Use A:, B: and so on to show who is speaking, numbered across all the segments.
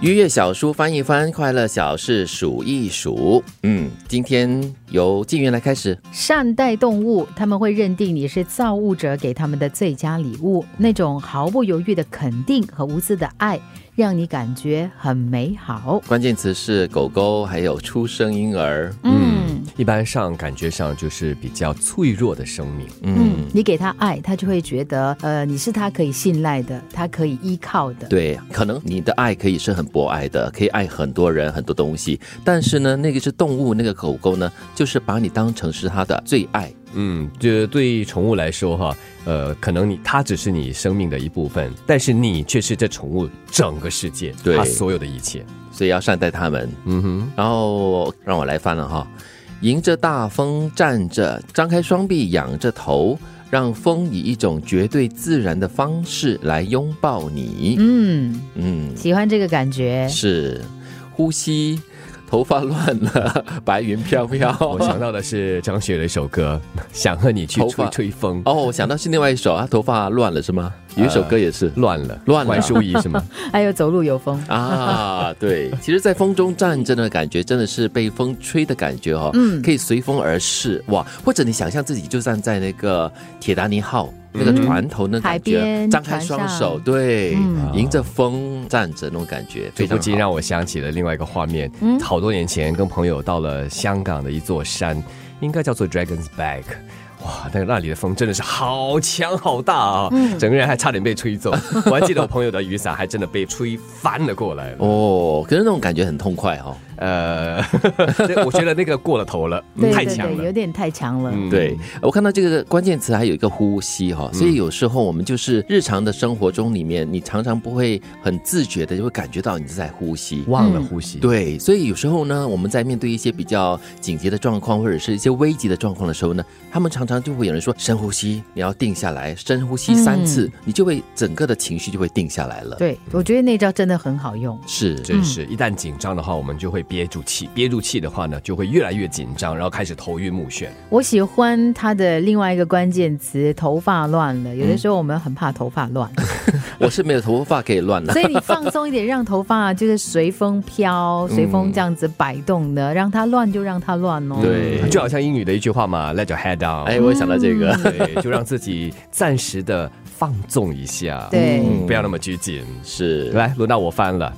A: 愉悦小书翻一翻，快乐小事数一数。嗯，今天由静云来开始。
B: 善待动物，他们会认定你是造物者给他们的最佳礼物。那种毫不犹豫的肯定和无私的爱，让你感觉很美好。
A: 关键词是狗狗，还有出生婴儿。
B: 嗯
C: 一般上感觉上就是比较脆弱的生命，
B: 嗯，你给他爱，他就会觉得，呃，你是他可以信赖的，他可以依靠的。
A: 对，可能你的爱可以是很博爱的，可以爱很多人很多东西，但是呢，那个是动物，那个狗狗呢，就是把你当成是它的最爱。
C: 嗯，就对宠物来说哈，呃，可能你它只是你生命的一部分，但是你却是这宠物整个世界，
A: 对
C: 它所有的一切。
A: 所以要善待它们。
C: 嗯哼，
A: 然后让我来翻了哈，迎着大风站着，张开双臂仰着头，让风以一种绝对自然的方式来拥抱你。
B: 嗯，
A: 嗯，
B: 喜欢这个感觉。
A: 是，呼吸，头发乱了， 白云飘飘。
C: 我想到的是张学友的一首歌《想和你去
A: 头
C: 吹
A: 发
C: 吹风》，
A: 哦，我想到是另外一首啊，头发乱了是吗？有一
C: 呃
A: 首歌也是。
C: 乱了，
A: 乱了
C: 关淑怡是吗？
B: 还有哎走路有风。
A: 啊，对，其实，在风中站着的感觉，真的是被风吹的感觉哦，
B: 嗯
A: 可以随风而逝哇！或者你想象自己就站在那个铁达尼号那个船头那感
B: 嗯海
A: 觉，
B: 边
A: 张开双手，对，
B: 嗯
A: 迎着风站着那种感觉，非
C: 这不
A: 常
C: 禁
A: 好。
C: 让我想起了另外一个画面
B: 嗯，
C: 好多年前跟朋友到了香港的一座山，应该叫做 Dragon's Back。哇，那个那里的风真的是好强好大啊！
B: 嗯
C: 整个人还差点被吹走。 我还记得我朋友的雨伞还真的被吹翻了过来了。
A: 哦，可是那种感觉很痛快哦。
C: 呃， 这我觉得那个过了头了，
B: 对
C: 嗯太
B: 对
C: 强
B: 对，有
C: 了。
B: 点太强了。
C: 嗯
A: 对，我看到这个关键词还有一个呼吸哈、所以有时候我们就是日常的生活中里面，你常常不会很自觉的就会感觉到你是在呼吸。
C: 忘了呼吸。
A: 嗯对，所以有时候呢，我们在面对一些比较紧急的状况，或者是一些危急的状况的时候呢，他们常常就会有人说深呼吸，你要定下来，深呼吸三次，你就会整个的情绪就会定下来了。，
B: 对，我觉得那招真的很好用。
A: 是。
C: 真是，一旦紧张的话，我们就会憋住气，憋住气的话呢，就会越来越紧张，然后开始头晕目眩。
B: 我喜欢它的另外一个关键词“头发乱了”。有
C: 嗯
B: 的时候我们很怕头发乱，
A: 我是没有头发可以乱 的。
B: 所以你放松一点，让头发就是随风飘、随风这样子摆动的，让它乱就让它乱哦。
A: 对
C: 就好像英语的一句话嘛，Let your head down。
A: 哎，我也想到这个，
C: 对，就让自己暂时的放纵一下，
B: 对
C: 嗯不要那么拘谨。
A: 是
C: 来，轮到我翻了。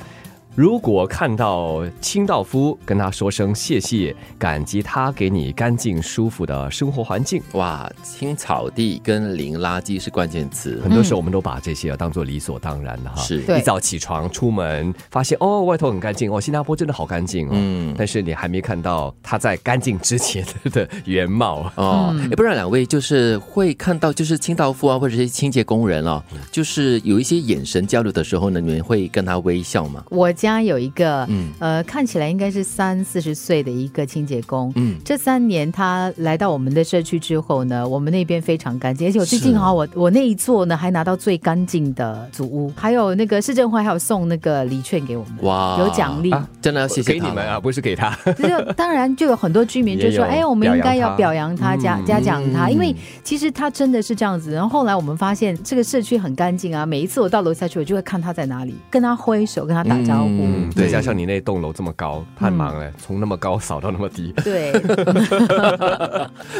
C: 如果看到清道夫，跟他说声谢谢，感激他给你干净舒服的生活环境。
A: 哇，清草地跟零垃圾是关键词，
C: 很多时候我们都把这些啊当做理所当然的哈。
A: 是
B: 对
C: 一早起床出门，发现哦外头很干净哦，新加坡真的好干净哦。
A: 嗯
C: 但是你还没看到它在干净之前的 原貌。
A: 哦，也不然两位就是会看到，就是清道夫啊，或者是清洁工人哦，就是有一些眼神交流的时候呢，你们会跟他微笑吗？
B: 我家有一个，
A: 嗯
B: 呃，看起来应该是三四十岁的一个清洁工。
A: 嗯，
B: 这三年他来到我们的社区之后呢，我们那边非常干净，而且我最
A: 是啊
B: 近哈，我我那一座呢还拿到最干净的祖屋，还有那个市政会还有送那个礼券给我们，
A: 哇
B: 有奖励。
C: 啊
A: 真的要谢谢
C: 给
A: 他
C: 你们
A: 了
C: 啊，不是给他。
B: 就是当然就有很多居民就
C: 也
B: 说，
C: 有
B: 哎，我们应该要表
C: 表
B: 扬他、嘉嘉奖他，因为其实他真的是这样子。然后后来我们发现这个社区很干净啊，每一次我到楼下去，我就会看他在哪里，跟他挥手，跟他打招呼。
A: 嗯
C: 再加 上你那栋楼这么高，太忙了，从那么高扫到那么低。
B: 对，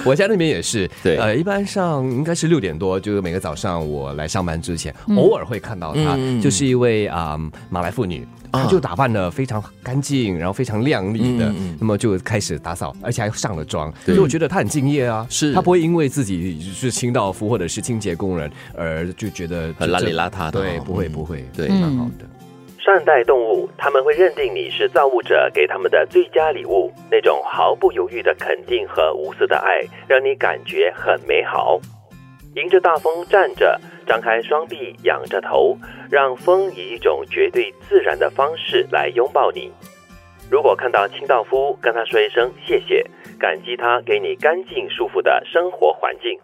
C: 我家那边也是，
A: 对
C: 呃，一般上应该是六点多，就是每个早上我来上班之前，偶尔会看到她，
A: 嗯啊
C: 就是一位啊、嗯马来妇女。她就打扮的非常干净，然后非常靓丽的，
A: 嗯嗯
C: 那么就开始打扫，而且还上了妆，
A: 对
C: 所以我觉得她很敬业啊。
A: 是
C: 她不会因为自己是清道夫或者是清洁工人而就觉得
A: 很邋里邋遢的哦
C: 对，不会
A: 嗯
C: 不会，
A: 对
C: 蛮好的。
D: 善待动物，他们会认定你是造物者给他们的最佳礼物，那种毫不犹豫的肯定和无私的爱，让你感觉很美好。迎着大风站着，张开双臂仰着头，让风以一种绝对自然的方式来拥抱你。如果看到清道夫，跟他说一声谢谢，感激他给你干净舒服的生活环境。